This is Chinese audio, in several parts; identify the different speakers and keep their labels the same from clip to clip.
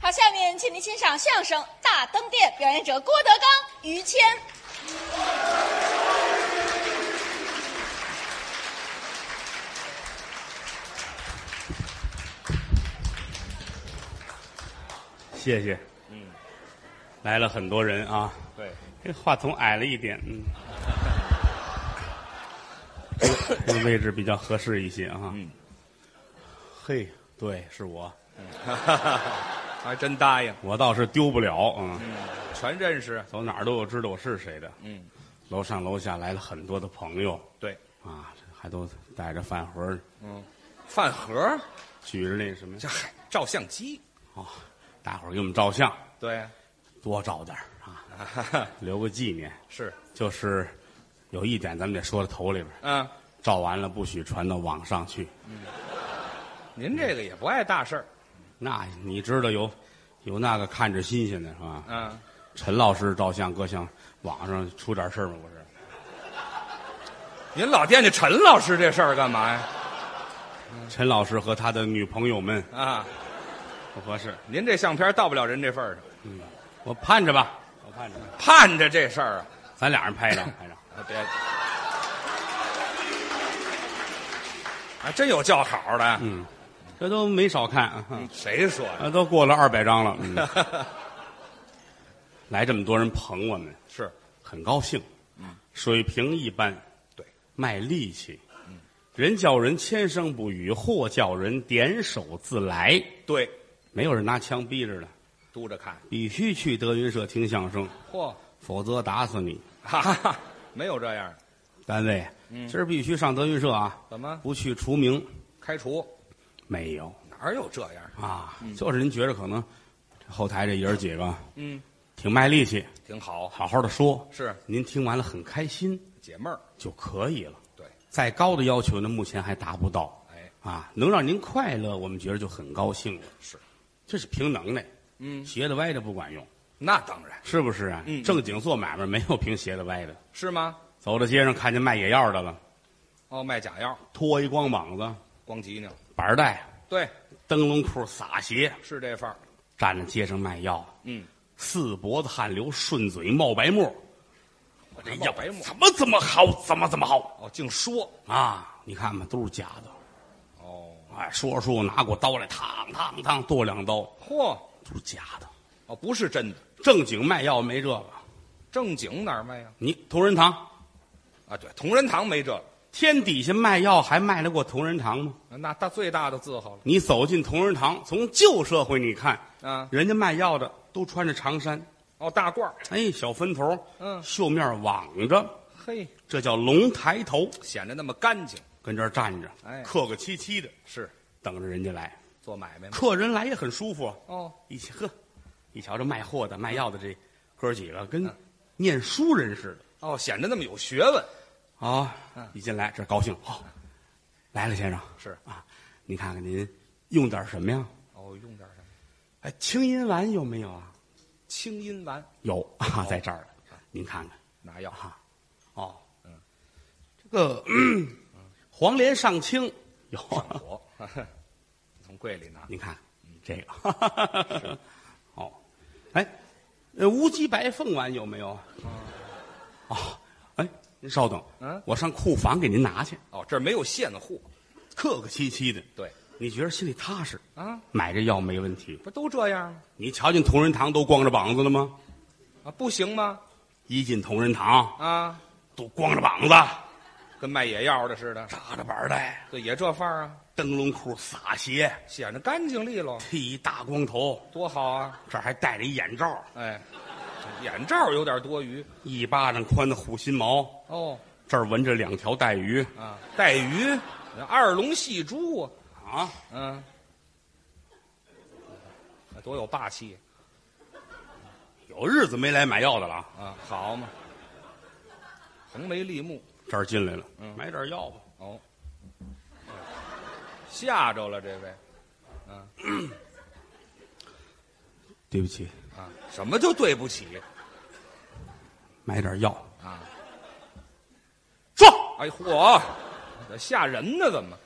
Speaker 1: 好，下面请您欣赏相声《大灯店》，表演者郭德纲、于谦。
Speaker 2: 谢谢。嗯，来了很多人啊。
Speaker 3: 对，
Speaker 2: 这话筒矮了一点， 嗯，这个位置比较合适一些啊。
Speaker 3: 嗯，
Speaker 2: 嘿，对，是我，
Speaker 3: 还真答应，
Speaker 2: 我倒是丢不了，嗯，
Speaker 3: 全认识。
Speaker 2: 走哪儿都有知道我是谁的。
Speaker 3: 嗯，
Speaker 2: 楼上楼下来了很多的朋友
Speaker 3: 对，
Speaker 2: 啊，还都带着饭盒儿，
Speaker 3: 嗯，饭盒，
Speaker 2: 举着那什么呀
Speaker 3: 这嗨，照相机，
Speaker 2: 啊，大伙儿给我们照相，
Speaker 3: 对，啊
Speaker 2: 多照点儿啊，留个纪念。
Speaker 3: 是，
Speaker 2: 就是有一点，咱们得说到头里边儿，
Speaker 3: 嗯，
Speaker 2: 照完了不许传到网上去。
Speaker 3: 您这个也不爱大事儿，
Speaker 2: 那你知道有有那个看着新鲜的是吧？
Speaker 3: 嗯，
Speaker 2: 陈老师照相搁像网上出点事儿吗？不是，
Speaker 3: 您老惦记陈老师这事儿干嘛呀？
Speaker 2: 陈老师和他的女朋友们
Speaker 3: 啊，
Speaker 2: 不合适，
Speaker 3: 您这相片到不了人这份儿上，
Speaker 2: 我盼着吧，我盼着吧，
Speaker 3: 盼着这事儿啊，
Speaker 2: 咱俩人拍 一张，拍一张。
Speaker 3: 啊别，还啊真有叫好的，啊
Speaker 2: 嗯，这都没少看啊，
Speaker 3: 谁说的？
Speaker 2: 啊都过了二百张了。嗯 来这么多人捧我们，
Speaker 3: 是，
Speaker 2: 很高兴。水平一般，
Speaker 3: 嗯对，嗯
Speaker 2: 卖力气。人叫人千声不语，货叫人点手自来。
Speaker 3: 对，
Speaker 2: 没有人拿枪逼着的，
Speaker 3: 嘟着看，
Speaker 2: 必须去德云社听相声，
Speaker 3: 嚯，
Speaker 2: 否则打死你。
Speaker 3: 哈哈，没有这样的，
Speaker 2: 单位，
Speaker 3: 嗯
Speaker 2: 今儿必须上德云社啊，
Speaker 3: 怎么
Speaker 2: 不去除名？
Speaker 3: 开除？
Speaker 2: 没有
Speaker 3: 哪有这样？
Speaker 2: 啊，就是您觉着可能后台这爷儿几个
Speaker 3: 嗯，
Speaker 2: 挺卖力气，
Speaker 3: 挺好，
Speaker 2: 好好的说，
Speaker 3: 是
Speaker 2: 您听完了很开心
Speaker 3: 解闷儿。
Speaker 2: 就可以了。
Speaker 3: 对，
Speaker 2: 再高的要求呢，目前还达不到。
Speaker 3: 哎，
Speaker 2: 啊，能让您快乐，我们觉得就很高兴了。
Speaker 3: 是，
Speaker 2: 这是凭能耐，
Speaker 3: 嗯，
Speaker 2: 斜的歪的不管用，
Speaker 3: 那当然
Speaker 2: 是不是啊？
Speaker 3: 嗯
Speaker 2: 正经做买卖没有凭斜的歪的。
Speaker 3: 是吗？
Speaker 2: 走到街上看见卖野药的了，
Speaker 3: 哦，卖假药，
Speaker 2: 脱一光膀子，
Speaker 3: 光脊梁，
Speaker 2: 板儿带、
Speaker 3: 对，
Speaker 2: 灯笼裤、撒鞋，
Speaker 3: 是这范儿。
Speaker 2: 站在街上卖药，
Speaker 3: 嗯，
Speaker 2: 四脖子汗流，顺嘴冒白沫。
Speaker 3: 我
Speaker 2: 哎
Speaker 3: 这
Speaker 2: 呀
Speaker 3: 药白，沫
Speaker 2: 怎么怎么好，怎么怎么好
Speaker 3: 哦，净说
Speaker 2: 啊！你看吧，都是假的。
Speaker 3: 哦，
Speaker 2: 哎，说着说着拿过刀来，嘡嘡嘡剁两刀，
Speaker 3: 嚯，
Speaker 2: 都是假的。
Speaker 3: 哦，不是真的，
Speaker 2: 正经卖药没这个，
Speaker 3: 正经哪儿卖呀？
Speaker 2: 你同仁堂。
Speaker 3: 啊，对，同仁堂没这个，
Speaker 2: 天底下卖药还卖得过同仁堂吗？
Speaker 3: 那大最大的字号了
Speaker 2: 你走进同仁堂，从旧社会你看，
Speaker 3: 啊。
Speaker 2: 人家卖药的都穿着长衫，
Speaker 3: 哦，大褂儿，
Speaker 2: 哎，小分头，
Speaker 3: 嗯
Speaker 2: 袖面网着，
Speaker 3: 嘿，
Speaker 2: 这叫龙抬头，
Speaker 3: 显得那么干净，
Speaker 2: 跟这儿站着，
Speaker 3: 哎
Speaker 2: 客客气气的
Speaker 3: 是
Speaker 2: 等着人家来。
Speaker 3: 做买卖吗？
Speaker 2: 客人来也很舒服，啊
Speaker 3: 哦，
Speaker 2: 一起呵，一瞧这卖货的、卖药的这哥几个
Speaker 3: 嗯
Speaker 2: 跟念书人似的
Speaker 3: 哦，显得那么有学问，
Speaker 2: 啊
Speaker 3: 嗯！
Speaker 2: 一进来这儿高兴，好、来了先生
Speaker 3: 是
Speaker 2: 啊，您看看您用点什么呀？
Speaker 3: 哦，用点什么
Speaker 2: 哎，清音丸有没有啊？
Speaker 3: 清音丸
Speaker 2: 有
Speaker 3: 哦
Speaker 2: 啊， 在这儿了，您看看
Speaker 3: 拿药，
Speaker 2: 啊，哦，这个 嗯黄连上清有啊，
Speaker 3: 我 从柜里拿，
Speaker 2: 您看这个，哦，哎，呃，乌鸡白凤丸有没有啊？哦，哎，您稍等，
Speaker 3: 嗯
Speaker 2: 我上库房给您拿去，
Speaker 3: 哦，这儿没有现货，
Speaker 2: 客客气气的，
Speaker 3: 对
Speaker 2: 你觉得心里踏实，
Speaker 3: 啊，
Speaker 2: 买这药没问题。
Speaker 3: 不都这样吗？
Speaker 2: 你瞧见同仁堂都光着膀子了吗？
Speaker 3: 啊，不行吗？
Speaker 2: 一进同仁堂
Speaker 3: 啊，
Speaker 2: 都光着膀子，
Speaker 3: 跟卖野药的似的，
Speaker 2: 扎着板儿带。
Speaker 3: 对，也这范儿啊，
Speaker 2: 灯笼裤、撒鞋，
Speaker 3: 显得干净利落，
Speaker 2: 剃一大光头，
Speaker 3: 多好啊！
Speaker 2: 这儿还戴着一眼罩，
Speaker 3: 哎，眼罩有点多余
Speaker 2: 一巴掌宽的虎心毛，
Speaker 3: 哦
Speaker 2: 这儿纹着两条带鱼
Speaker 3: 啊，带鱼，二龙戏珠啊，
Speaker 2: 啊！
Speaker 3: 嗯、啊多有霸气
Speaker 2: 有日子没来买药的了啊，
Speaker 3: 啊，好嘛，横眉立目
Speaker 2: 这儿进来了，
Speaker 3: 嗯
Speaker 2: 买点药吧。
Speaker 3: 哦，吓着了这位
Speaker 2: 对不起，
Speaker 3: 啊，什么就对不起
Speaker 2: 买点药。
Speaker 3: 啊？
Speaker 2: 说，
Speaker 3: 哎嚯，吓人呢，怎么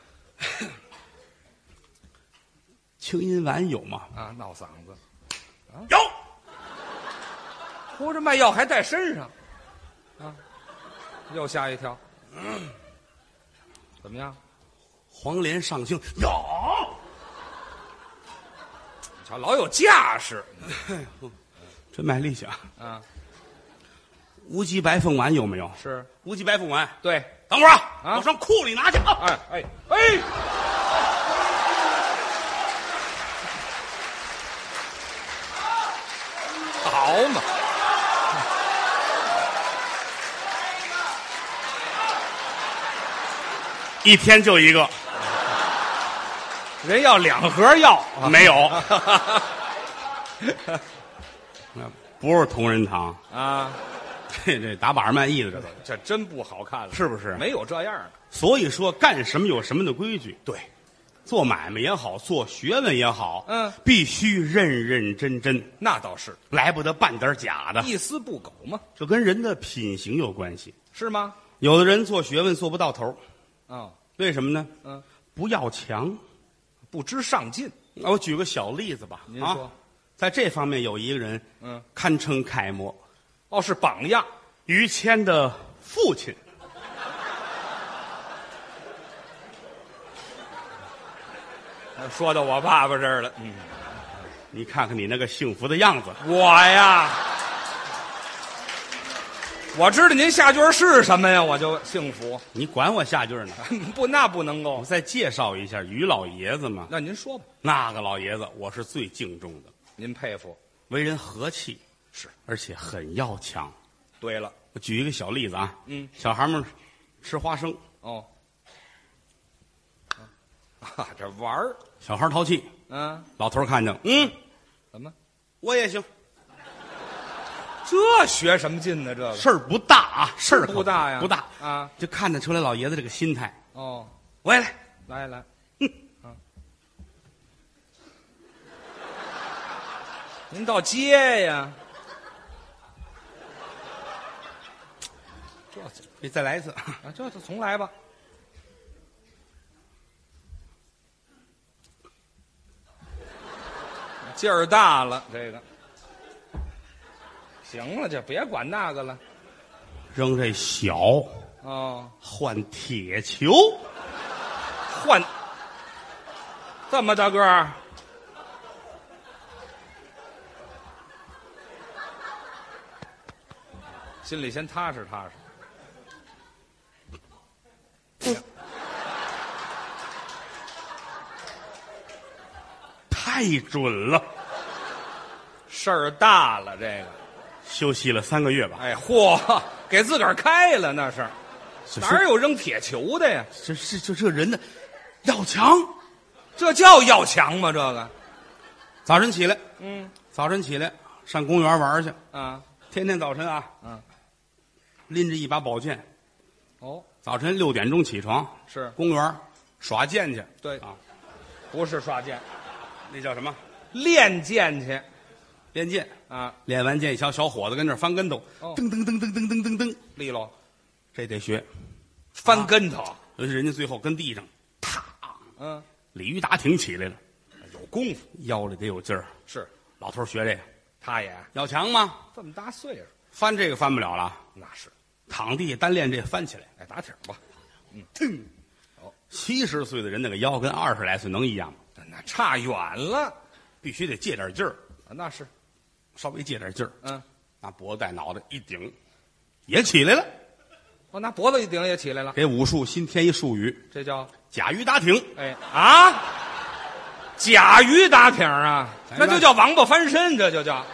Speaker 2: 清音丸有吗？
Speaker 3: 啊？闹嗓子，有，哭着卖药还带身上，啊，又吓一跳。嗯怎么样？
Speaker 2: 黄连上清有，
Speaker 3: 瞧，老有架势
Speaker 2: 真卖力气啊！
Speaker 3: 啊！
Speaker 2: 无极白凤丸有没有？
Speaker 3: 是，
Speaker 2: 无极白凤丸，
Speaker 3: 对，
Speaker 2: 等会儿啊，
Speaker 3: 啊
Speaker 2: 我上库里拿去啊！
Speaker 3: 哎哎哎，倒嘛！
Speaker 2: 一天就一个，
Speaker 3: 人要两盒药，
Speaker 2: 没有， 那不是同仁 堂，
Speaker 3: 啊，
Speaker 2: 这这打把儿卖艺的这都。
Speaker 3: 这真不好看了，
Speaker 2: 是不是
Speaker 3: 没有这样的，
Speaker 2: 所以说，干什么有什么的规矩。对，做买卖也好，做学问也好，
Speaker 3: 嗯
Speaker 2: 必须认认真真，
Speaker 3: 那倒是
Speaker 2: 来不得半点假的。
Speaker 3: 一丝不苟嘛，
Speaker 2: 这跟人的品行有关系。
Speaker 3: 是吗？
Speaker 2: 有的人做学问做不到头儿，
Speaker 3: 啊，
Speaker 2: 为什么呢？
Speaker 3: 嗯，
Speaker 2: 不要强。
Speaker 3: 不知上进，
Speaker 2: 那我举个小例子吧。
Speaker 3: 您说
Speaker 2: 啊，在这方面有一个人
Speaker 3: 嗯，
Speaker 2: 堪称楷模，
Speaker 3: 哦，是榜样，
Speaker 2: 于谦的父亲。
Speaker 3: 说到我爸爸这儿了，嗯，
Speaker 2: 你看看你那个幸福的样子，
Speaker 3: 我呀，我知道您下句儿是什么呀，我就幸福，
Speaker 2: 你管我下句呢？
Speaker 3: 不，那不能
Speaker 2: 我
Speaker 3: 够，
Speaker 2: 再介绍一下于老爷子嘛，
Speaker 3: 那您说吧，
Speaker 2: 那个老爷子我是最敬重的，
Speaker 3: 您佩服，
Speaker 2: 为人和气，
Speaker 3: 是，
Speaker 2: 而且很要强。
Speaker 3: 对了，
Speaker 2: 我举一个小例子啊，
Speaker 3: 嗯，
Speaker 2: 小孩们吃花生，
Speaker 3: 哦，啊，这玩儿，
Speaker 2: 小孩淘气，
Speaker 3: 嗯、
Speaker 2: 老头儿看见，嗯，
Speaker 3: 怎么？
Speaker 2: 我也行，
Speaker 3: 这学什么劲呢？这个
Speaker 2: 事儿不大啊，事儿可
Speaker 3: 不大呀
Speaker 2: 不大
Speaker 3: 啊，
Speaker 2: 就看得出来老爷子这个心态。
Speaker 3: 哦，
Speaker 2: 我也来，
Speaker 3: 来来，啊，您倒接呀，这怎
Speaker 2: 你再 来一次，
Speaker 3: 啊？这就重来吧。 劲儿大了，这个行了，就别管那个了。
Speaker 2: 扔这小
Speaker 3: 哦，
Speaker 2: 换铁球，
Speaker 3: 换这么大个儿，心里先踏实踏实。
Speaker 2: 太准了。
Speaker 3: 事儿大了，这个，
Speaker 2: 休息了三个月吧，
Speaker 3: 哎，嚯，给自个儿开了那是，
Speaker 2: 这
Speaker 3: 哪有扔铁球的呀？
Speaker 2: 这这这这人的要强。
Speaker 3: 这叫要强吗？这个，
Speaker 2: 早晨起来，
Speaker 3: 嗯
Speaker 2: 早晨起来上公园玩去，
Speaker 3: 啊，
Speaker 2: 天天早晨啊，
Speaker 3: 嗯，
Speaker 2: 拎着一把宝剑，
Speaker 3: 哦，
Speaker 2: 早晨六点钟起床，
Speaker 3: 是
Speaker 2: 公园耍剑去，
Speaker 3: 对
Speaker 2: 啊，
Speaker 3: 不是耍剑，
Speaker 2: 那叫什么
Speaker 3: 练剑去
Speaker 2: 练剑？
Speaker 3: 啊，
Speaker 2: 练完剑，小小伙子跟那儿翻跟头，
Speaker 3: 哦
Speaker 2: 噔噔噔噔噔噔噔噔，
Speaker 3: 利落，
Speaker 2: 这得学。
Speaker 3: 翻跟头，
Speaker 2: 尤其人家最后跟地上，
Speaker 3: 嗯，
Speaker 2: 鲤鱼打挺起来了，
Speaker 3: 有功夫
Speaker 2: 腰里得有劲儿。
Speaker 3: 是，
Speaker 2: 老头儿学这个
Speaker 3: 他也
Speaker 2: 要强吗？
Speaker 3: 这么大岁数，
Speaker 2: 翻这个翻不了了，
Speaker 3: 那是，
Speaker 2: 躺地单练这翻起来。
Speaker 3: 哎，打挺吧，
Speaker 2: 腾
Speaker 3: 哦，
Speaker 2: 七十岁的人那个腰跟二十来岁能一样吗？
Speaker 3: 那差远了，
Speaker 2: 必须得借点劲儿，
Speaker 3: 那是，
Speaker 2: 稍微借点劲儿，
Speaker 3: 嗯，
Speaker 2: 拿脖子带脑袋一顶，也起来了。
Speaker 3: 哦，那脖子一顶也起来了，
Speaker 2: 给武术新添一术语
Speaker 3: 这叫
Speaker 2: “甲鱼打挺
Speaker 3: 哎啊，甲鱼打挺啊，
Speaker 2: 咱
Speaker 3: 那
Speaker 2: 们
Speaker 3: 就叫王八翻身，这就叫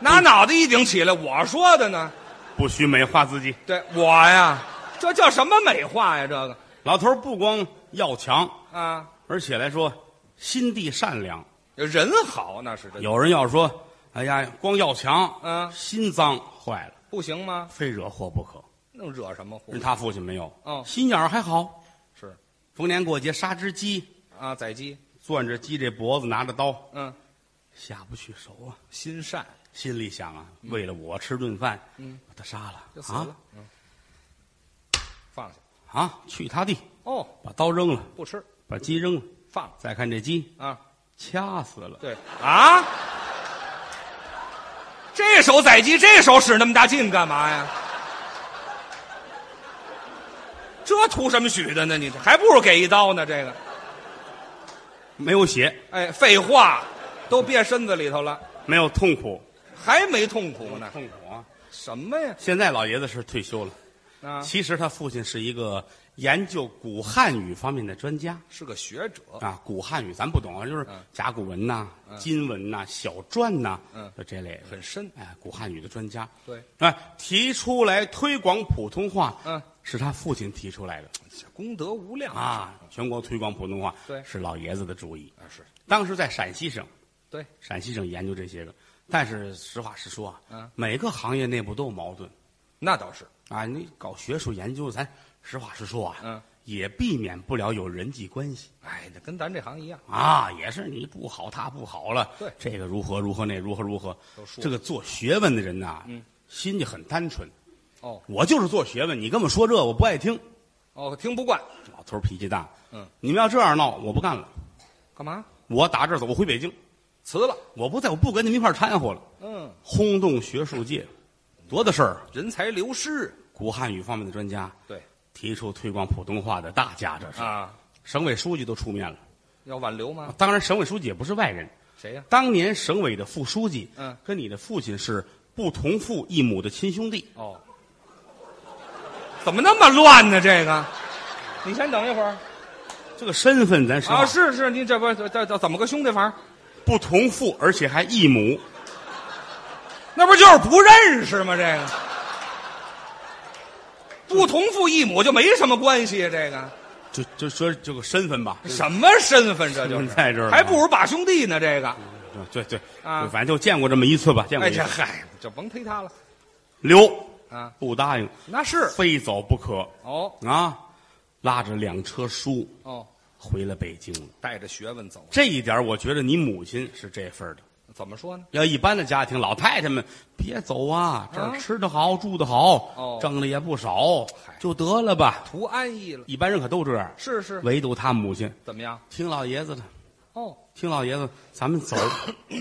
Speaker 3: 拿脑袋一顶起来。我说的呢，”，
Speaker 2: 不许美化自己。
Speaker 3: 对我呀，这叫什么美化呀？这个
Speaker 2: 老头儿不光要强，
Speaker 3: 啊，
Speaker 2: 而且来说心地善良。
Speaker 3: 人好那是真的，
Speaker 2: 有人要说：“哎呀，光要强，
Speaker 3: 嗯
Speaker 2: 心脏坏了，
Speaker 3: 不行吗？
Speaker 2: 非惹祸不可。
Speaker 3: 能惹什么”祸
Speaker 2: 人？他父亲没有，
Speaker 3: 哦
Speaker 2: 心眼儿还好。
Speaker 3: 是
Speaker 2: 逢年过节杀只鸡，
Speaker 3: 啊，宰鸡，
Speaker 2: 攥着鸡这脖子，拿着刀，
Speaker 3: 嗯，
Speaker 2: 下不去手啊。
Speaker 3: 心善
Speaker 2: 心里想啊，为了我吃顿饭，
Speaker 3: 嗯，
Speaker 2: 把他杀了，
Speaker 3: 就死了，嗯，放下
Speaker 2: 啊啊！去他地，
Speaker 3: 哦，
Speaker 2: 把刀扔了，
Speaker 3: 不吃，
Speaker 2: 把鸡扔了，
Speaker 3: 放了
Speaker 2: 再看这鸡
Speaker 3: 啊，
Speaker 2: 掐死了。
Speaker 3: 对啊，这手宰鸡，这手使那么大劲干嘛呀？这图什么许的呢？你这还不如给一刀呢。这个，
Speaker 2: 没有血，
Speaker 3: 哎，废话，都憋身子里头了，
Speaker 2: 没有痛苦，
Speaker 3: 还没痛苦呢。
Speaker 2: 痛苦啊！
Speaker 3: 什么呀？
Speaker 2: 现在老爷子是退休了，
Speaker 3: 啊，
Speaker 2: 其实他父亲是一个研究古汉语方面的专家
Speaker 3: 是个学者，
Speaker 2: 啊。古汉语咱不懂啊，就是甲骨文呐、金文呐、小篆呐，
Speaker 3: 嗯
Speaker 2: 就这类的。
Speaker 3: 啊很深。
Speaker 2: 哎，古汉语的专家，
Speaker 3: 对，
Speaker 2: 哎，提出来推广普通话，
Speaker 3: 嗯，
Speaker 2: 是他父亲提出来的
Speaker 3: 功德无量！
Speaker 2: 啊。全国推广普通话，
Speaker 3: 对
Speaker 2: 是老爷子的主意。
Speaker 3: 啊是
Speaker 2: 当时在陕西省，
Speaker 3: 对，
Speaker 2: 陕西省研究这些个，但是实话实说啊，
Speaker 3: 嗯
Speaker 2: 每个行业内部都有矛盾
Speaker 3: 那倒是，
Speaker 2: 啊。你搞学术研究，咱实话实说啊，
Speaker 3: 嗯，
Speaker 2: 也避免不了有人际关系
Speaker 3: 哎，那跟咱这行一样，
Speaker 2: 啊，也是你不好，他不好了，
Speaker 3: 对
Speaker 2: 这个如何如何，那如何如何
Speaker 3: 都，说
Speaker 2: 这个做学问的人呐、嗯，心里很单纯。
Speaker 3: 哦
Speaker 2: 我就是做学问，你跟我说这我不爱听。
Speaker 3: 哦，听不惯，
Speaker 2: 老头儿脾气大，
Speaker 3: 嗯，
Speaker 2: 你们要这样闹，我不干了，
Speaker 3: 干嘛？
Speaker 2: 我打这儿走，我回北京，
Speaker 3: 辞了，
Speaker 2: 我不在，我不跟你们一块儿掺和了，
Speaker 3: 嗯，
Speaker 2: 轰动学术界，多大事儿啊！
Speaker 3: 人才流失，
Speaker 2: 古汉语方面的专家
Speaker 3: 对
Speaker 2: 提出推广普通话的大家，这是、
Speaker 3: 啊，
Speaker 2: 省委书记都出面了。
Speaker 3: 要挽留吗？
Speaker 2: 当然，省委书记也不是外人，
Speaker 3: 谁呀、
Speaker 2: 当年省委的副书记，
Speaker 3: 嗯
Speaker 2: 跟你的父亲是不同父异母的亲兄弟。
Speaker 3: 哦，怎么那么乱呢？这个，你先等一会儿
Speaker 2: 这个身份咱是
Speaker 3: 啊！是是，你这不这这这怎么个兄弟法？
Speaker 2: 不同父，而且还异母。
Speaker 3: 那不就是不认识吗？这个不同父异母就没什么关系啊！这个
Speaker 2: 就就说这个身份吧，
Speaker 3: 什么身份？这就
Speaker 2: 身
Speaker 3: 是
Speaker 2: 份在这儿呢哎
Speaker 3: 还不如把兄弟呢。这个，
Speaker 2: 对对对，
Speaker 3: 啊
Speaker 2: 反正就见过这么一次吧，见过
Speaker 3: 哎
Speaker 2: 一次
Speaker 3: 这。嗨，就甭推他了
Speaker 2: 留
Speaker 3: 啊！
Speaker 2: 不答应，
Speaker 3: 那是
Speaker 2: 非走不可
Speaker 3: 哦
Speaker 2: 啊！拉着两车书
Speaker 3: 哦，
Speaker 2: 回了北京了。
Speaker 3: 带着学问走，
Speaker 2: 这一点，我觉得你母亲是这份儿的。
Speaker 3: 怎么说呢？
Speaker 2: 要一般的家庭，老太太们别走啊，这儿
Speaker 3: 啊
Speaker 2: 吃得好，住得好，
Speaker 3: 哦
Speaker 2: 挣的也不少，就得了吧。
Speaker 3: 图安逸了，
Speaker 2: 一般人可都这样，
Speaker 3: 是是，
Speaker 2: 唯独他母亲
Speaker 3: 怎么样？
Speaker 2: 听老爷子的，
Speaker 3: 哦，
Speaker 2: 听老爷子，咱们走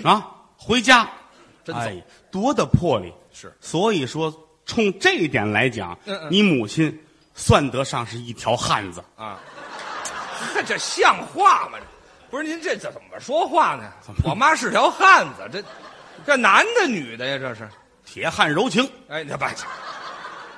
Speaker 2: 啊，回家。
Speaker 3: 真走
Speaker 2: 哎，多大魄力！
Speaker 3: 是
Speaker 2: 所以说，冲这一点来讲，
Speaker 3: 嗯嗯
Speaker 2: 你母亲算得上是一条汉子。
Speaker 3: 啊， 这像话吗？这不是您这怎么说话呢
Speaker 2: 怎么？
Speaker 3: 我妈是条汉子，这这男的女的呀？这是，
Speaker 2: 铁汉柔情，
Speaker 3: 哎，那把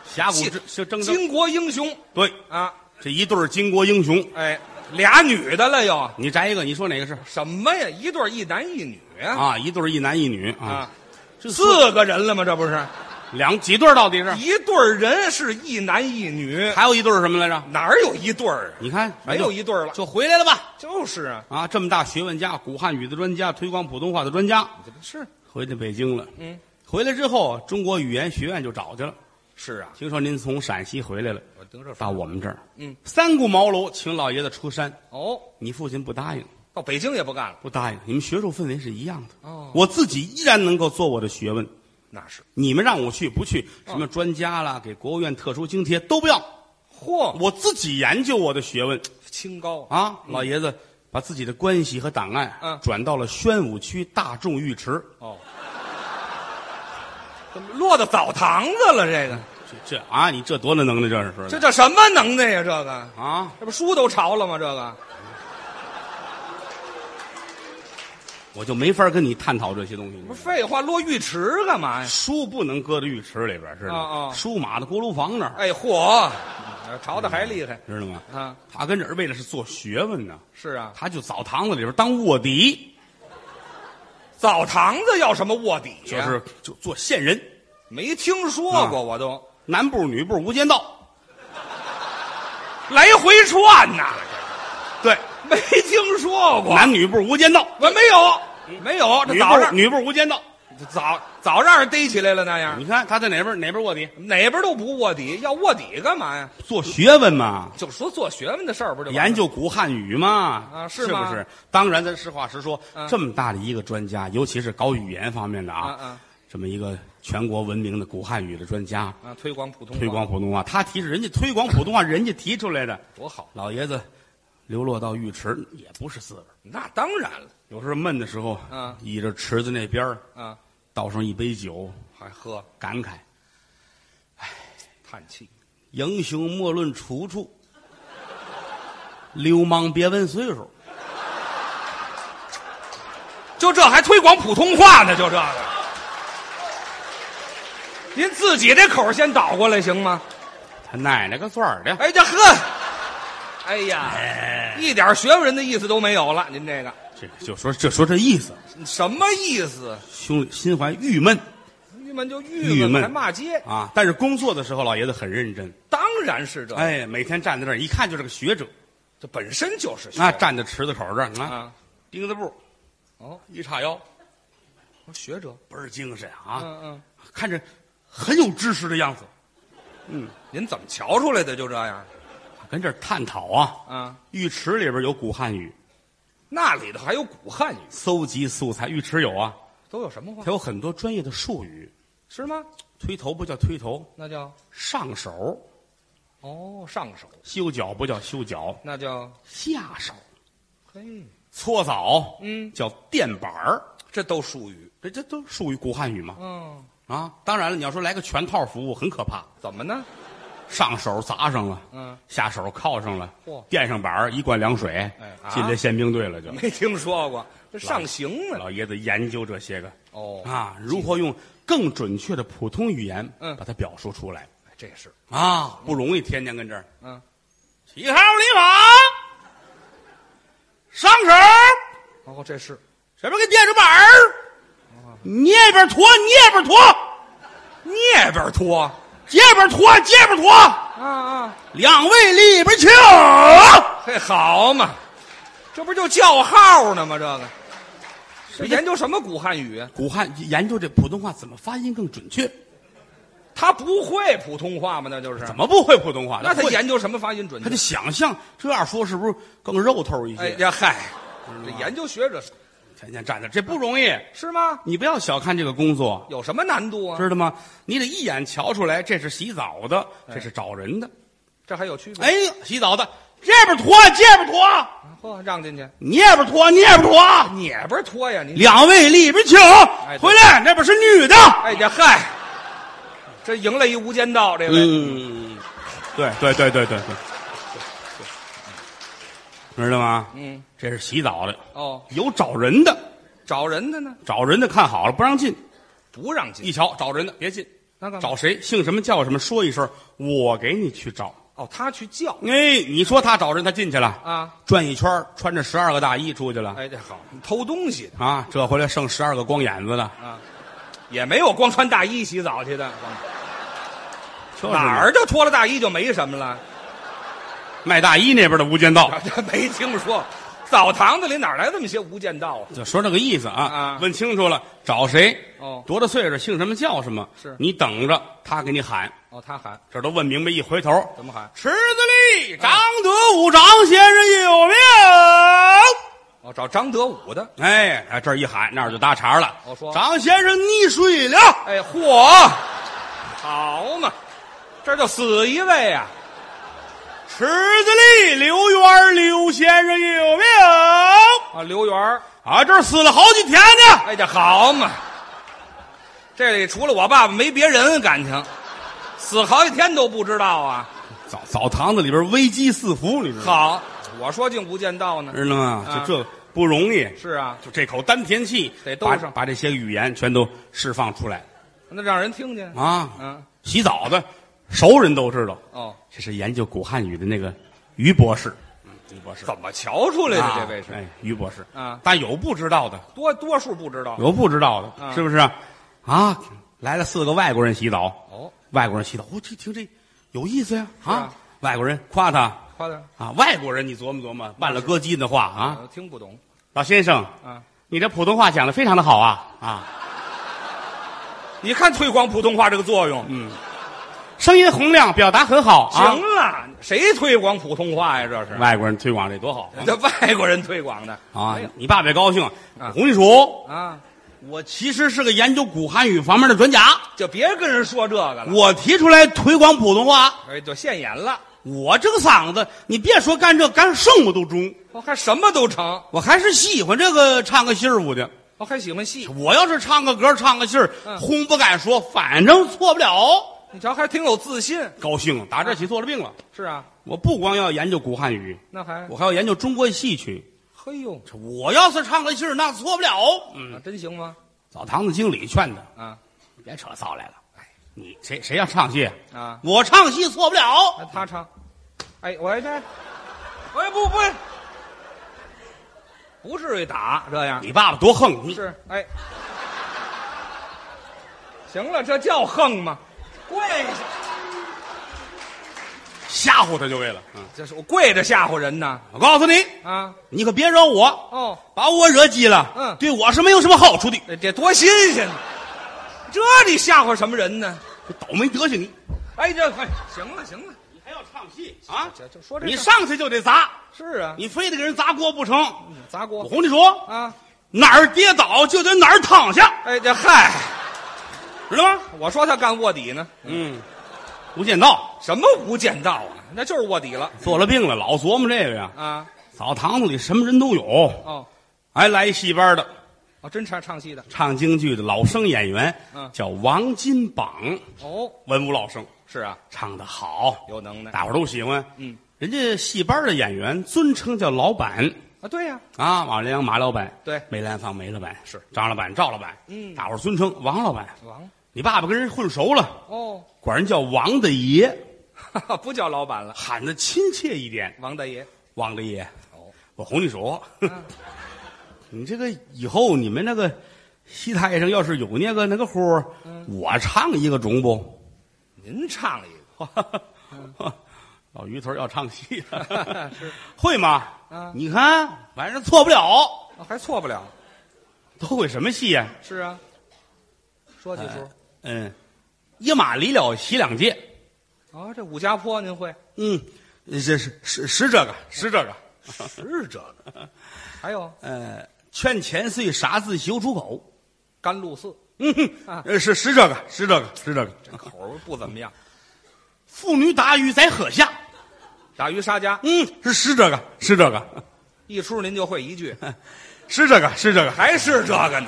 Speaker 2: 侠骨
Speaker 3: 信
Speaker 2: 之是铮铮。
Speaker 3: 巾帼英雄
Speaker 2: 对，
Speaker 3: 啊，
Speaker 2: 这一对儿巾帼英雄，
Speaker 3: 哎，俩女的了又
Speaker 2: 你摘一个，你说哪个是？
Speaker 3: 什么呀？一对儿一男一女啊
Speaker 2: 啊，一对儿一男一女啊
Speaker 3: 啊，，
Speaker 2: 这
Speaker 3: 四个人了吗？这不是
Speaker 2: 两几对儿到底是？
Speaker 3: 一对儿人是一男一女，
Speaker 2: 还有一对儿什么来着？
Speaker 3: 哪儿有一对儿啊？
Speaker 2: 你看，
Speaker 3: 没有一对儿了，
Speaker 2: 就回来了吧？
Speaker 3: 就是啊，
Speaker 2: 啊，这么大学问家，古汉语的专家，推广普通话的专家，
Speaker 3: 这不是
Speaker 2: 回到北京了。
Speaker 3: 嗯，
Speaker 2: 回来之后，啊中国语言学院就找去了。
Speaker 3: 是啊，
Speaker 2: 听说您从陕西回来了，
Speaker 3: 我得这
Speaker 2: 到我们这儿，
Speaker 3: 嗯，
Speaker 2: 三顾茅庐，请老爷子出山，
Speaker 3: 哦，
Speaker 2: 你父亲不答应，
Speaker 3: 到北京也不干了
Speaker 2: 不答应。你们学术氛围是一样的，
Speaker 3: 哦，
Speaker 2: 我自己依然能够做我的学问。
Speaker 3: 那是
Speaker 2: 你们让我去不去？
Speaker 3: 哦
Speaker 2: 什么专家啦，给国务院特殊津贴都不要，
Speaker 3: 嚯，
Speaker 2: 我自己研究我的学问
Speaker 3: 清高啊，
Speaker 2: 啊！老爷子把自己的关系和档案
Speaker 3: 嗯
Speaker 2: 转到了宣武区大众浴池，
Speaker 3: 哦，怎么落到澡堂子了？这个
Speaker 2: 这这啊，你这多大能耐，这是说
Speaker 3: 这
Speaker 2: 的
Speaker 3: 叫什么能耐呀？这个
Speaker 2: 啊？
Speaker 3: 这不书都潮了吗？这个
Speaker 2: 我就没法跟你探讨这些东西。
Speaker 3: 不是废话，落浴池干嘛呀？
Speaker 2: 书不能搁在浴池里边，知道
Speaker 3: 啊
Speaker 2: 吗？
Speaker 3: 啊
Speaker 2: 书码到锅炉房那儿，
Speaker 3: 哎嚯，潮的还厉害
Speaker 2: 知道吗？
Speaker 3: 啊！
Speaker 2: 他跟这儿为了是做学问呢，
Speaker 3: 是啊，
Speaker 2: 他就澡堂子里边当卧底，
Speaker 3: 澡堂子要什么卧底
Speaker 2: 就
Speaker 3: 呀？
Speaker 2: 是就做线人，
Speaker 3: 没听说过，
Speaker 2: 啊
Speaker 3: 我都
Speaker 2: 男部女部无间道，
Speaker 3: 来回串呐，
Speaker 2: 对，
Speaker 3: 没听说过，
Speaker 2: 男女部无间道，
Speaker 3: 我没有，没有，这
Speaker 2: 女
Speaker 3: 早上
Speaker 2: 部女部无间道。
Speaker 3: 早早让人逮起来了那样，
Speaker 2: 你看他在哪边哪边卧底
Speaker 3: 哪边都不卧底，要卧底干嘛呀？
Speaker 2: 做学问嘛，
Speaker 3: 就说做学问的事儿不就完了
Speaker 2: 研究古汉语嘛，
Speaker 3: 啊
Speaker 2: 是
Speaker 3: 是吗
Speaker 2: 不是？当然，咱实话实说，
Speaker 3: 嗯
Speaker 2: 这么大的一个专家，尤其是搞语言方面的啊，
Speaker 3: 啊啊
Speaker 2: 这么一个全国闻名的古汉语的专家，
Speaker 3: 啊？推广普通话
Speaker 2: 推广普通话，他提出人家推广普通 话，人家提出来的。
Speaker 3: 多好，
Speaker 2: 老爷子流落到浴池也不是滋味儿
Speaker 3: 那当然了
Speaker 2: 有时候闷的时候，
Speaker 3: 嗯
Speaker 2: 倚着池子那边儿
Speaker 3: 啊！
Speaker 2: 倒上一杯酒，
Speaker 3: 还喝，
Speaker 2: 感慨：
Speaker 3: 叹气。
Speaker 2: 英雄莫论出处，流氓别问岁数。
Speaker 3: 就这还推广普通话呢？就这个，您自己这口儿先倒过来行吗？
Speaker 2: 他奶奶个算儿的！
Speaker 3: 哎呀呵，哎呀，一点学问人的意思都没有了。您这个
Speaker 2: 这就说这说这意思，
Speaker 3: 什么意思？
Speaker 2: 兄弟心怀郁闷
Speaker 3: 郁闷就郁
Speaker 2: 郁闷
Speaker 3: 还骂街，
Speaker 2: 啊。但是工作的时候，老爷子很认真，
Speaker 3: 当然是这，
Speaker 2: 哎，每天站在那儿一看就是个学者
Speaker 3: 这本身就是学
Speaker 2: 啊，站在池子口这儿啊，
Speaker 3: 啊，
Speaker 2: 钉子步
Speaker 3: 哦，
Speaker 2: 一叉腰，
Speaker 3: 我学者，
Speaker 2: 倍儿精神啊，
Speaker 3: 嗯嗯，
Speaker 2: 看着很有知识的样子，
Speaker 3: 您怎么瞧出来的？就这样
Speaker 2: 跟这儿探讨啊。
Speaker 3: 啊？
Speaker 2: 浴池里边有古汉语，
Speaker 3: 那里头还有古汉语，
Speaker 2: 搜集素材。浴池有啊，
Speaker 3: 都有什么话
Speaker 2: 它？有很多专业的术语。
Speaker 3: 是吗？
Speaker 2: 推头不叫推头，
Speaker 3: 那叫
Speaker 2: 上手
Speaker 3: 哦，上手，
Speaker 2: 修脚不叫修脚，
Speaker 3: 那叫
Speaker 2: 下手
Speaker 3: 嘿，
Speaker 2: 搓澡
Speaker 3: 嗯
Speaker 2: 叫垫板儿，
Speaker 3: 这都术语。
Speaker 2: 这这都属于古汉语嘛
Speaker 3: 嗯，
Speaker 2: 啊！当然了，你要说来个全套服务很可怕，
Speaker 3: 怎么呢？
Speaker 2: 上手砸上了，
Speaker 3: 嗯，
Speaker 2: 下手铐上了
Speaker 3: 嚯，
Speaker 2: 垫上板儿一灌凉水
Speaker 3: 哎，啊
Speaker 2: 进这宪兵队了就。
Speaker 3: 没听说过，这上刑呢？
Speaker 2: 老爷子研究这些个
Speaker 3: 哦，
Speaker 2: 啊，如何用更准确的普通语言，
Speaker 3: 嗯
Speaker 2: 把它表述出来
Speaker 3: 这是，
Speaker 2: 啊，不容易，天天跟这儿。
Speaker 3: 嗯，
Speaker 2: 起号立马，上手。
Speaker 3: 哦，这是，
Speaker 2: 什么个垫着板儿，
Speaker 3: 哦
Speaker 2: 捏边拖，捏边拖，
Speaker 3: 那边拖
Speaker 2: 接边拖，接边拖，
Speaker 3: 啊啊，
Speaker 2: 两位里边请。啊
Speaker 3: 嘿，好嘛，这不就叫号呢吗？这个这研究什么古汉语啊？
Speaker 2: 古汉研究这普通话怎么发音更准确，
Speaker 3: 他不会普通话吗？那就是，
Speaker 2: 怎么不会普通话？
Speaker 3: 那他
Speaker 2: 会
Speaker 3: 研究什么发音准
Speaker 2: 他
Speaker 3: 确
Speaker 2: 得？想象这样说是不是更肉头一
Speaker 3: 哎
Speaker 2: 些？
Speaker 3: 呀，嗨，这研究学者是
Speaker 2: 天天站着这不容易，
Speaker 3: 是吗？
Speaker 2: 你不要小看这个工作，
Speaker 3: 有什么难度啊？
Speaker 2: 知道吗？你得一眼瞧出来，这是洗澡的，这是找人的。
Speaker 3: 这还有区别？啊
Speaker 2: 哎呦，洗澡的这边拖，这边拖，
Speaker 3: 嚯，让进去，
Speaker 2: 捏边拖，捏边拖。
Speaker 3: 哪边拖呀？你
Speaker 2: 两位里边请，
Speaker 3: 对
Speaker 2: 回来，那边是女的。
Speaker 3: 哎呀，嗨，这赢了一《无间道》这位，
Speaker 2: 嗯，对对对对对对，知道吗？
Speaker 3: 嗯，
Speaker 2: 这是洗澡的，
Speaker 3: 哦，
Speaker 2: 有找人的，
Speaker 3: 找人的呢
Speaker 2: 找人的看好了不让进，
Speaker 3: 不让进
Speaker 2: 一，瞧找人的别进，
Speaker 3: 那干嘛
Speaker 2: 找谁姓什么叫什么说一声，我给你去找。
Speaker 3: 哦，他去叫
Speaker 2: 哎，你说他找人，他进去了，
Speaker 3: 啊，
Speaker 2: 转一圈儿穿着十二个大衣出去了，
Speaker 3: 哎，这好偷东西的
Speaker 2: 啊，这回来剩十二个光眼子了，
Speaker 3: 啊，也没有光穿大衣洗澡去的，
Speaker 2: 就是
Speaker 3: 哪儿就脱了大衣就没什么了，
Speaker 2: 卖大衣那边的《无间道》
Speaker 3: 啊这没听说，澡堂子里哪来这么些无间道啊？
Speaker 2: 就说这个意思啊，
Speaker 3: 啊
Speaker 2: 问清楚了，找谁？
Speaker 3: 哦
Speaker 2: 多大岁数，姓什么叫什么？
Speaker 3: 是
Speaker 2: 你等着，他给你喊。
Speaker 3: 哦，他喊
Speaker 2: 这都问明白，一回头，
Speaker 3: 怎么喊？
Speaker 2: 池子里，张德武，张先生有命。
Speaker 3: 哦，找张德武的，
Speaker 2: 哎，哎，这儿一喊，那儿就搭茬了。
Speaker 3: 哦说
Speaker 2: 张先生溺水了，
Speaker 3: 哎，嚯，好嘛，这就死一位啊呀、
Speaker 2: 池子里，刘元刘先生有命
Speaker 3: 啊，刘源儿
Speaker 2: 啊，这儿死了好几天呢。
Speaker 3: 哎呀，好嘛！这里除了我爸爸没别人，感情死好几天都不知道啊。
Speaker 2: 澡澡堂子里边危机四伏，你知道吗？
Speaker 3: 好，我说竟无间道呢。
Speaker 2: 知道吗
Speaker 3: 啊？
Speaker 2: 就这不容易。
Speaker 3: 是啊，
Speaker 2: 就这口丹田气，
Speaker 3: 得兜
Speaker 2: 把
Speaker 3: 上
Speaker 2: 把这些语言全都释放出来
Speaker 3: 那让人听见。
Speaker 2: 啊！
Speaker 3: 嗯，
Speaker 2: 洗澡的熟人都知道，
Speaker 3: 哦，
Speaker 2: 这是研究古汉语的那个于博士，嗯于博士，
Speaker 3: 怎么瞧出来的？
Speaker 2: 啊
Speaker 3: 这位是
Speaker 2: 哎，于博士
Speaker 3: 啊
Speaker 2: 但有不知道的，
Speaker 3: 多多数不知道。
Speaker 2: 有不知道的，
Speaker 3: 啊
Speaker 2: 是不是啊？啊，来了四个外国人洗澡，
Speaker 3: 哦，
Speaker 2: 外国人洗澡，我、这听这有意思呀啊
Speaker 3: 是啊
Speaker 2: 外国人夸他
Speaker 3: 夸他，
Speaker 2: 啊，外国人你琢磨琢磨，办了歌姬的话啊，
Speaker 3: 我听不懂
Speaker 2: 老先生，
Speaker 3: 啊。
Speaker 2: 你这普通话讲的非常的好啊啊。
Speaker 3: 你看推广普通话这个作用。
Speaker 2: 嗯声音洪亮，表达很好啊。
Speaker 3: 行了，谁推广普通话呀？这是
Speaker 2: 外国人推广这多好
Speaker 3: 这外国人推广的
Speaker 2: 啊！啊
Speaker 3: 哎呀
Speaker 2: 你爸爸也高兴。我跟你说，
Speaker 3: 啊！
Speaker 2: 我其实是个研究古汉语方面的专家，
Speaker 3: 就别跟人说这个了，
Speaker 2: 我提出来推广普通话。
Speaker 3: 哎，就现眼了，
Speaker 2: 我这个嗓子，你别说干这干什么都中，
Speaker 3: 我看什么都成。
Speaker 2: 我还是喜欢这个唱个戏儿舞的。
Speaker 3: 我还喜欢戏，
Speaker 2: 我要是唱个歌、唱个戏儿
Speaker 3: 嗯，
Speaker 2: 轰不敢说，反正错不了。
Speaker 3: 你瞧还挺有自信。
Speaker 2: 高兴，打这起做了病了。
Speaker 3: 是啊，
Speaker 2: 我不光要研究古汉语，
Speaker 3: 那还
Speaker 2: 我还要研究中国戏曲。
Speaker 3: 嘿呦，
Speaker 2: 我要是唱个戏儿，那错不了。嗯，
Speaker 3: 啊真行吗？
Speaker 2: 澡堂子经理劝他
Speaker 3: 啊
Speaker 2: 别扯臊来了。哎你谁谁要唱戏？
Speaker 3: 啊，
Speaker 2: 我唱戏错不了。
Speaker 3: 那他唱，哎，我这，哎不不，不至于打这样
Speaker 2: 你爸爸多横！
Speaker 3: 是哎，行了，这叫横吗？跪下，
Speaker 2: 吓唬他就为了。嗯，
Speaker 3: 这是我跪着吓唬人呢
Speaker 2: 我告诉你，
Speaker 3: 啊！
Speaker 2: 你可别惹我，
Speaker 3: 哦，
Speaker 2: 把我惹急了，
Speaker 3: 嗯
Speaker 2: 对我是没有什么好处的。
Speaker 3: 这这多新鲜呢！这你吓唬什么人呢？
Speaker 2: 倒霉德行你，
Speaker 3: 哎，这快行了行了，
Speaker 2: 你还要唱戏啊？
Speaker 3: 这就说这
Speaker 2: 你
Speaker 3: 事儿
Speaker 2: 上去就得砸，
Speaker 3: 是啊，
Speaker 2: 你非得给人砸锅不成？
Speaker 3: 砸
Speaker 2: 我
Speaker 3: 锅
Speaker 2: 哄你说，
Speaker 3: 啊！
Speaker 2: 哪儿跌倒就得哪儿躺下，
Speaker 3: 哎，这嗨，
Speaker 2: 知道吗？
Speaker 3: 我说他干卧底呢，
Speaker 2: 嗯，无间道
Speaker 3: 什么无间道啊？那就是卧底了
Speaker 2: 做了病了，老琢磨这个呀。
Speaker 3: 啊！
Speaker 2: 澡堂子里什么人都有，
Speaker 3: 哦，
Speaker 2: 哎，来一戏班的，
Speaker 3: 哦，真唱唱戏的
Speaker 2: 唱京剧的老生演员，
Speaker 3: 嗯
Speaker 2: 叫王金榜，
Speaker 3: 哦，
Speaker 2: 文武老生，
Speaker 3: 是啊，
Speaker 2: 唱的好，
Speaker 3: 有能耐
Speaker 2: 大伙儿都喜欢。
Speaker 3: 嗯，
Speaker 2: 人家戏班的演员尊称叫老板
Speaker 3: 啊，对呀、
Speaker 2: 啊，马连良马老板，
Speaker 3: 对
Speaker 2: 梅兰芳梅老板
Speaker 3: 是
Speaker 2: 张老板赵老板，
Speaker 3: 嗯
Speaker 2: 大伙儿尊称王老板。
Speaker 3: 王
Speaker 2: 你爸爸跟人混熟了，
Speaker 3: 哦，
Speaker 2: 管人叫王大爷，
Speaker 3: 哈哈 不叫老板了，
Speaker 2: 喊的亲切一点。
Speaker 3: 王大爷
Speaker 2: 王大爷，
Speaker 3: 哦，
Speaker 2: 我哄你说，
Speaker 3: 嗯
Speaker 2: 你这个以后你们那个戏台上要是有那个那个活儿
Speaker 3: 嗯
Speaker 2: 我唱一个中不？
Speaker 3: 您唱一个
Speaker 2: 老于头要唱戏
Speaker 3: 嗯 是
Speaker 2: 会吗？
Speaker 3: 嗯
Speaker 2: 你看晚上错不了，
Speaker 3: 哦还错不了，
Speaker 2: 都会什么戏呀、
Speaker 3: 是啊，说几出啊、
Speaker 2: 嗯，一马离了洗两界，
Speaker 3: 哦这武家坡您会
Speaker 2: 嗯，这是是是这个是这个，
Speaker 3: 是这个，还有
Speaker 2: 呃，劝钱岁啥字修出口。
Speaker 3: 甘露 寺
Speaker 2: 嗯
Speaker 3: 啊
Speaker 2: 哼，呃是是这个，是这个，是这个。
Speaker 3: 这口儿不怎么样，
Speaker 2: 妇女打鱼在河下，
Speaker 3: 打渔杀家
Speaker 2: 嗯，是是这个，是这个，
Speaker 3: 一出您就会一 句，
Speaker 2: 是这个，是这个。
Speaker 3: 还是这个呢？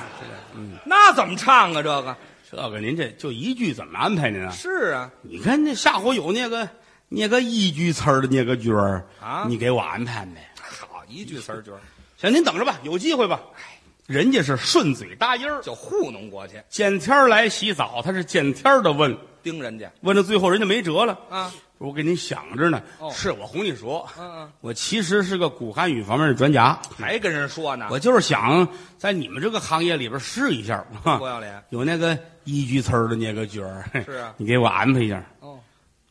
Speaker 3: 嗯，那怎么唱啊？这个
Speaker 2: 这个您这就一句怎么安排您啊？
Speaker 3: 是啊，
Speaker 2: 你看那下回有那个那个一句词儿的那个角儿
Speaker 3: 啊
Speaker 2: 你给我安排呗。
Speaker 3: 好啊哎一句词儿句儿
Speaker 2: 行，您等着吧，有机会吧。人家是顺嘴搭音儿，
Speaker 3: 就糊弄过去，
Speaker 2: 见天儿来洗澡，他是见天儿的问，
Speaker 3: 盯人家
Speaker 2: 问到最后人家没辙了。
Speaker 3: 啊，
Speaker 2: 我给您想着呢，
Speaker 3: 哦
Speaker 2: 是我哄你说，
Speaker 3: 嗯哎嗯，
Speaker 2: 我其实是个古汉语方面的专家。
Speaker 3: 还跟人说呢，
Speaker 2: 我就是想在你们这个行业里边试一下，
Speaker 3: 不要脸
Speaker 2: 有那个一句词儿的那个角儿，
Speaker 3: 是啊
Speaker 2: 你给我安排一下。
Speaker 3: 哦，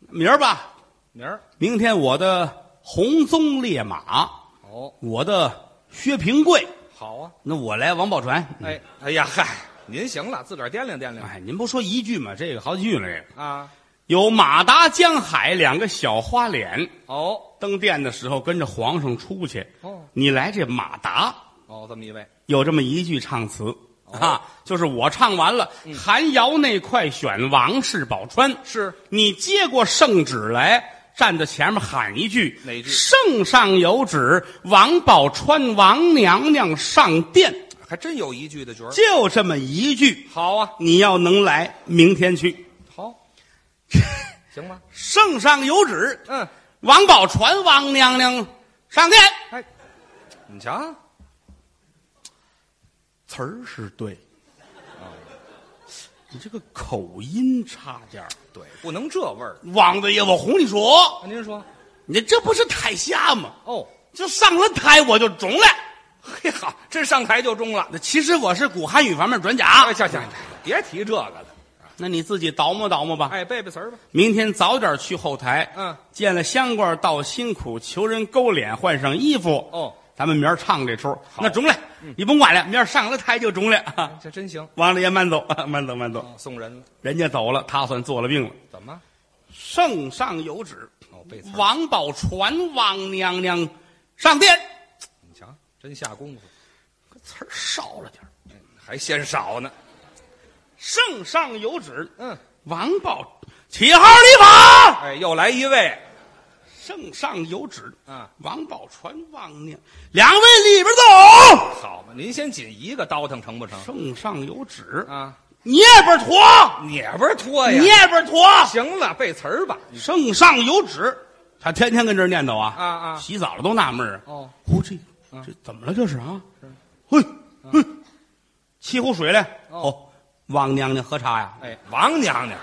Speaker 2: 明儿吧，
Speaker 3: 明儿
Speaker 2: 明天我的红鬃烈马，
Speaker 3: 哦
Speaker 2: 我的薛平贵，
Speaker 3: 好啊。
Speaker 2: 那我来王宝钏。嗯，
Speaker 3: 哎，哎呀，嗨，您行了，自个儿掂量掂量
Speaker 2: 哎，您不说一句吗？这个好几句了，这个
Speaker 3: 啊。
Speaker 2: 有马达江海两个小花脸，
Speaker 3: 哦
Speaker 2: 登殿的时候跟着皇上出去。
Speaker 3: 哦
Speaker 2: 你来这马达，
Speaker 3: 哦，这么一位，
Speaker 2: 有这么一句唱词、
Speaker 3: 哦
Speaker 2: 啊，就是我唱完了，韩瑶那块选王氏宝钏，
Speaker 3: 嗯是
Speaker 2: 你接过圣旨来，站在前面喊一句，
Speaker 3: 哪句
Speaker 2: 圣上有旨，王宝钏王娘娘上殿，
Speaker 3: 还真有一句的角儿。
Speaker 2: 就这么一句，
Speaker 3: 好啊，
Speaker 2: 你要能来，明天去，
Speaker 3: 好， 行吗？
Speaker 2: 圣上有旨，
Speaker 3: 嗯，
Speaker 2: 王宝钏王娘娘上殿，
Speaker 3: 哎，你瞧，
Speaker 2: 词儿是对，
Speaker 3: 哦
Speaker 2: 你这个口音差点儿
Speaker 3: 对，不能这味儿。
Speaker 2: 王大爷，我哄你说。
Speaker 3: 那您说，
Speaker 2: 你这不是台下吗？
Speaker 3: 哦，
Speaker 2: 就上了台我就中了。
Speaker 3: 嘿好，这上台就中了。
Speaker 2: 那其实我是古汉语方面专
Speaker 3: 哎，
Speaker 2: 家，
Speaker 3: 行行，别提这个了。
Speaker 2: 那你自己倒磨倒磨吧。
Speaker 3: 哎，背背词儿吧。
Speaker 2: 明天早点去后台，
Speaker 3: 嗯，
Speaker 2: 见了香官道辛苦，求人勾脸换上衣服。
Speaker 3: 哦，
Speaker 2: 咱们明儿唱这出，那中了，你甭管了，明儿上了台就中了。
Speaker 3: 这真行，
Speaker 2: 王大爷慢走，慢走，慢走。
Speaker 3: 哦送人了。
Speaker 2: 人家走了，他算做了病了。
Speaker 3: 怎么？
Speaker 2: 圣上有旨，
Speaker 3: 哦，背词儿。
Speaker 2: 王宝钏王娘娘上殿。
Speaker 3: 你瞧，真下功夫，嗯
Speaker 2: 词儿少了点儿
Speaker 3: 还嫌少呢。
Speaker 2: 圣上有旨，
Speaker 3: 嗯，
Speaker 2: 王宝，起号立法，
Speaker 3: 哎，又来一位。
Speaker 2: 正上有旨。
Speaker 3: 啊，
Speaker 2: 王宝钏望念，两位里边走。
Speaker 3: 好嘛，您先紧一个倒腾成不成？
Speaker 2: 圣上有旨，
Speaker 3: 啊，
Speaker 2: 捏巴坨，
Speaker 3: 你边拖呀！
Speaker 2: 捏巴坨。
Speaker 3: 行了，背词儿吧。
Speaker 2: 圣上有旨，他天天跟这儿念叨啊
Speaker 3: 啊啊
Speaker 2: 洗澡了都纳闷儿，
Speaker 3: 哦，
Speaker 2: 呼这这怎么了这是啊？嘿，嘿，沏壶水来。
Speaker 3: 嗯哦，
Speaker 2: 王娘娘喝茶呀？
Speaker 3: 哎，王娘娘，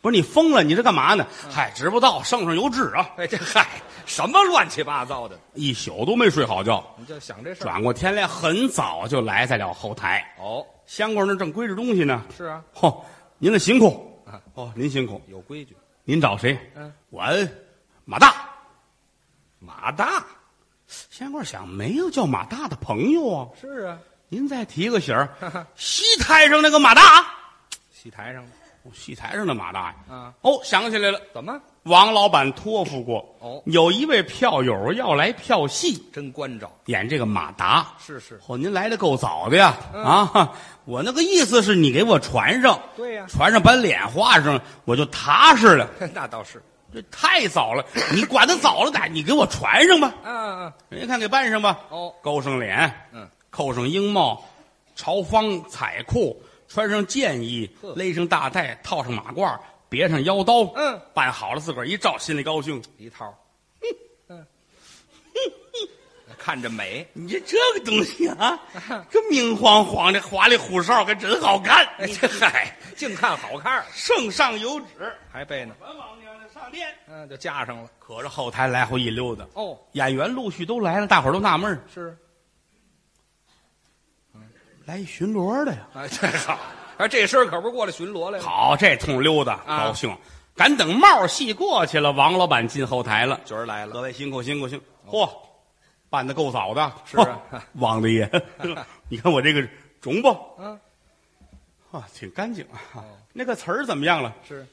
Speaker 2: 不是你疯了？你这干嘛呢？
Speaker 3: 嗯
Speaker 2: 嗨，知不道，圣上有旨啊！
Speaker 3: 哎，这嗨，什么乱七八糟的？
Speaker 2: 一宿都没睡好觉，
Speaker 3: 你就想这事儿。
Speaker 2: 转过天来很早就来在了后台。
Speaker 3: 哦，
Speaker 2: 香官那儿正规着东西呢。
Speaker 3: 是啊，
Speaker 2: 嚯，您的辛苦
Speaker 3: 啊。
Speaker 2: 哦，您辛苦。
Speaker 3: 有规矩。
Speaker 2: 您找谁？
Speaker 3: 嗯，
Speaker 2: 我马大。
Speaker 3: 马大
Speaker 2: 香官想，没有叫马大的朋友啊。
Speaker 3: 是啊，
Speaker 2: 您再提个 醒儿，
Speaker 3: 哈哈
Speaker 2: 戏台上那个马大啊，
Speaker 3: 戏台上
Speaker 2: 哦戏台上的马大呀。
Speaker 3: 啊，
Speaker 2: 哦，想起来了，
Speaker 3: 怎么
Speaker 2: 王老板托付过，
Speaker 3: 哦
Speaker 2: 有一位票友要来票戏，
Speaker 3: 真关照？
Speaker 2: 演这个马达。
Speaker 3: 是是，
Speaker 2: 哦，您来的够早的呀！
Speaker 3: 嗯
Speaker 2: 啊，我那个意思是你给我传上，
Speaker 3: 对呀
Speaker 2: 传上把脸画上，我就踏实了。
Speaker 3: 那倒是。
Speaker 2: 这太早了，你管的早了歹，你给我传上吧。
Speaker 3: 啊啊，
Speaker 2: 人家看给办上吧。
Speaker 3: 哦
Speaker 2: 勾上脸，
Speaker 3: 嗯，
Speaker 2: 扣上缨帽，朝方彩裤，穿上箭衣
Speaker 3: 呵，
Speaker 2: 勒上大带，套上马褂，别上腰刀。
Speaker 3: 嗯，
Speaker 2: 办好了，自个儿一照，心里高兴。
Speaker 3: 一套。嗯， 看着美。
Speaker 2: 你这这个东西啊， 这明晃晃的花里胡哨，可真好看。
Speaker 3: 哎，这嗨，净看好看儿，
Speaker 2: 圣上有旨，
Speaker 3: 还背呢。
Speaker 2: 本王娘娘上殿。
Speaker 3: 嗯，就加上了。
Speaker 2: 可是后台来回一溜达，
Speaker 3: 哦，
Speaker 2: 演员陆续都来了，大伙儿都纳闷儿
Speaker 3: 是
Speaker 2: 来巡逻的呀。
Speaker 3: 啊，这好。啊，这身儿可不是过来巡逻来了。，
Speaker 2: 好，这通溜达，
Speaker 3: 啊
Speaker 2: 高兴。赶等帽戏过去了，王老板进后台了。
Speaker 3: 角儿来
Speaker 2: 各
Speaker 3: 了。
Speaker 2: 位辛苦辛苦辛苦，嚯，办的够早的。
Speaker 3: 是啊
Speaker 2: 嚯王大爷， 你看我这个中不？
Speaker 3: 嗯，
Speaker 2: 啊，挺干净啊。那个词儿怎么样了？
Speaker 3: 是，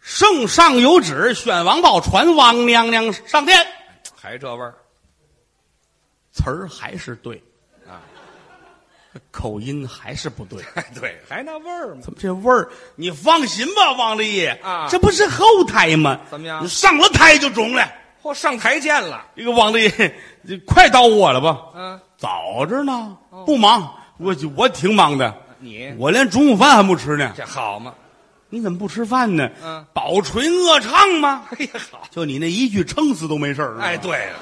Speaker 2: 圣上有旨，选王宝传王娘娘上殿。
Speaker 3: 还这味儿
Speaker 2: 词儿还是对，
Speaker 3: 啊？
Speaker 2: 口音还是不对。
Speaker 3: 哎，对，还那味儿吗？
Speaker 2: 怎么这味儿？你放心吧，王大爷
Speaker 3: 啊
Speaker 2: 这不是后台吗？
Speaker 3: 怎么样
Speaker 2: 你上了台就中了。
Speaker 3: 嚯，上台见了。
Speaker 2: 这个王大爷，这快到我了吧？
Speaker 3: 嗯，
Speaker 2: 早着呢，不忙，我我挺忙的，
Speaker 3: 哦你
Speaker 2: 我连中午饭还不吃呢。
Speaker 3: 这好嘛？
Speaker 2: 你怎么不吃饭呢？
Speaker 3: 嗯
Speaker 2: 饱唇饿唱吗？
Speaker 3: 哎呀，好。
Speaker 2: 就你那一句撑死都没事儿。是吧
Speaker 3: 哎，，对了，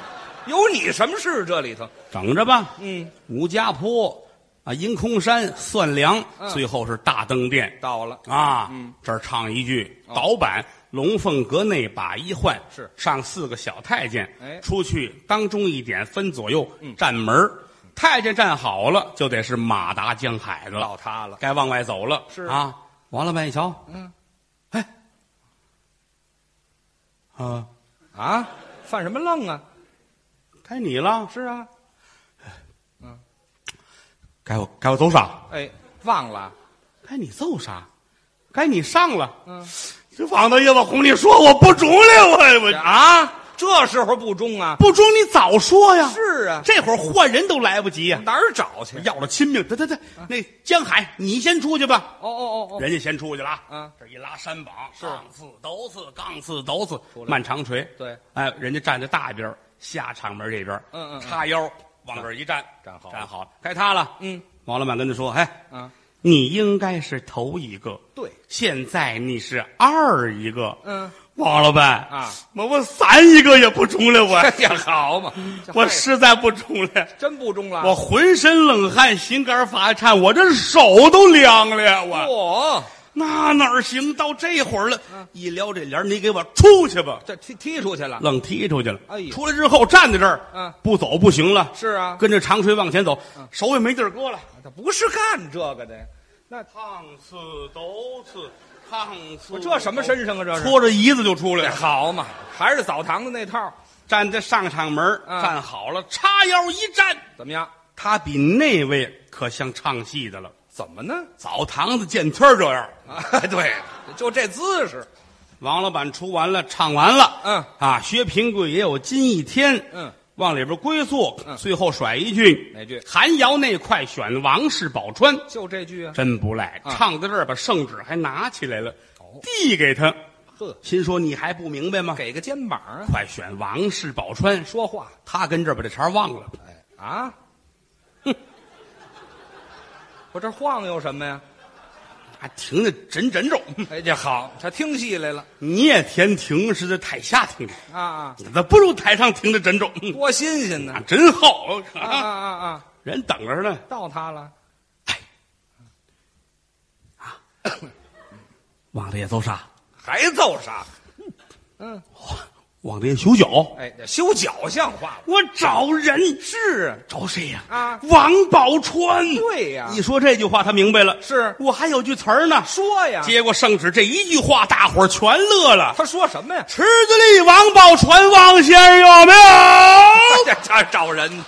Speaker 3: 有你什么事这里头？
Speaker 2: 等着吧。
Speaker 3: 嗯，
Speaker 2: 吴家坡啊，迎空山、算粮，
Speaker 3: 嗯
Speaker 2: 最后是大登殿
Speaker 3: 到了，
Speaker 2: 啊。这儿唱一句倒板。龙凤阁内把衣换，
Speaker 3: 是
Speaker 2: 上四个小太监，
Speaker 3: 哎嗯
Speaker 2: 出去当中一点，分左右站门儿太监站好了，就得是马达江海的了
Speaker 3: 到，他了。
Speaker 2: 该往外走了。
Speaker 3: 是
Speaker 2: 啊，王老板一瞧，
Speaker 3: 嗯，
Speaker 2: 哎，啊，
Speaker 3: 啊，犯什么愣啊？
Speaker 2: 该你了，哎
Speaker 3: 是啊，嗯
Speaker 2: 该我该我走啥？
Speaker 3: 哎，忘了。
Speaker 2: 该你揍啥？该你上了。
Speaker 3: 嗯，
Speaker 2: 这王大爷，我哄你说我不中了，我我
Speaker 3: 啊，这时候不中啊？
Speaker 2: 不中，你早说呀！
Speaker 3: 是啊，嗯
Speaker 2: 这会儿换人都来不及呀、
Speaker 3: 哪儿找去？
Speaker 2: 要了亲命！对对对，那江海，你先出去吧。
Speaker 3: 哦嗯哦哦哦，
Speaker 2: 人家先出去了啊！
Speaker 3: 嗯
Speaker 2: 这一拉山膀，
Speaker 3: 是
Speaker 2: 杠刺斗刺，杠刺斗刺，
Speaker 3: 出来
Speaker 2: 慢长锤。
Speaker 3: 对，
Speaker 2: 哎，人家站在大边儿下场门这边儿，
Speaker 3: 嗯嗯嗯
Speaker 2: 叉腰往这儿一站，
Speaker 3: 站好
Speaker 2: 站好，该他了。
Speaker 3: 嗯，
Speaker 2: 王老板跟他说：“哎，
Speaker 3: 啊，
Speaker 2: 你应该是头一个，
Speaker 3: 对，
Speaker 2: 现在你是二一个。
Speaker 3: 嗯，
Speaker 2: 王老板
Speaker 3: 啊，
Speaker 2: 我我三一个也不中了， 我
Speaker 3: 哎呀，好嘛，这
Speaker 2: 我
Speaker 3: 坏
Speaker 2: 实在不中了。”
Speaker 3: 真不中了。
Speaker 2: 我浑身冷汗，心肝发颤，我这手都凉了，我。
Speaker 3: 哦嚯，
Speaker 2: 那哪儿行？到这会儿了，
Speaker 3: 嗯
Speaker 2: 一撩这帘儿你给我出去吧！
Speaker 3: 这踢踢出去了。
Speaker 2: 愣踢出去了。
Speaker 3: 哎呦
Speaker 2: 出来之后站在这儿，
Speaker 3: 嗯
Speaker 2: 不走不行了，
Speaker 3: 是啊，嗯
Speaker 2: 跟着长锤往前走，手也没地儿搁了。
Speaker 3: 他不是干这个的。那
Speaker 2: 烫刺斗刺，烫刺
Speaker 3: 我这什么身上啊？这是
Speaker 2: 搓着椅子就出来了，
Speaker 3: 好嘛，还是澡堂子那套？
Speaker 2: 站在上场门儿、
Speaker 3: 嗯
Speaker 2: 站好了，叉腰一站，
Speaker 3: 怎么样？
Speaker 2: 他比那位可像唱戏的了。
Speaker 3: 怎么呢？
Speaker 2: 澡堂子见天儿这样，哎
Speaker 3: 啊，对，就这姿势。
Speaker 2: 王老板出完了，唱完了，
Speaker 3: 嗯
Speaker 2: 啊，薛平贵也有今一天，
Speaker 3: 嗯，
Speaker 2: 往里边归宿，
Speaker 3: 嗯
Speaker 2: 最后甩一句
Speaker 3: 哪句
Speaker 2: 韩瑶那块选王氏宝钏，
Speaker 3: 就这句啊。
Speaker 2: 真不赖，
Speaker 3: 啊
Speaker 2: 唱到这儿把圣旨还拿起来了
Speaker 3: 哦，
Speaker 2: 递给他，
Speaker 3: 呵，
Speaker 2: 心说你还不明白吗？
Speaker 3: 给个肩膀啊，
Speaker 2: 快选王氏宝钏，
Speaker 3: 说话，
Speaker 2: 他跟这儿把这茬儿忘了。
Speaker 3: 哎啊，我这晃悠什么呀？
Speaker 2: 啊，停的真真重，
Speaker 3: 哎，这好，他听戏来了
Speaker 2: 你也填停是在台下停的，
Speaker 3: 啊，
Speaker 2: 那不如台上停的真重，
Speaker 3: 多新鲜呢
Speaker 2: 啊！真好
Speaker 3: 啊啊啊啊，
Speaker 2: 人等着呢。
Speaker 3: 到他了，
Speaker 2: 往里走啥？
Speaker 3: 还揍啥？嗯，
Speaker 2: 往里修脚。
Speaker 3: 哎，这修脚像话吗？
Speaker 2: 我找人
Speaker 3: 是
Speaker 2: 找谁呀、
Speaker 3: 啊
Speaker 2: 王宝钏。
Speaker 3: 对呀
Speaker 2: 一说这句话，他明白了。
Speaker 3: 是啊
Speaker 2: 我还有句词儿呢。
Speaker 3: 说呀，
Speaker 2: 结果圣旨这一句话，大伙儿全乐了。
Speaker 3: 他说什么呀？
Speaker 2: 池子里王宝钏，王先生有没有？
Speaker 3: 这这找人呢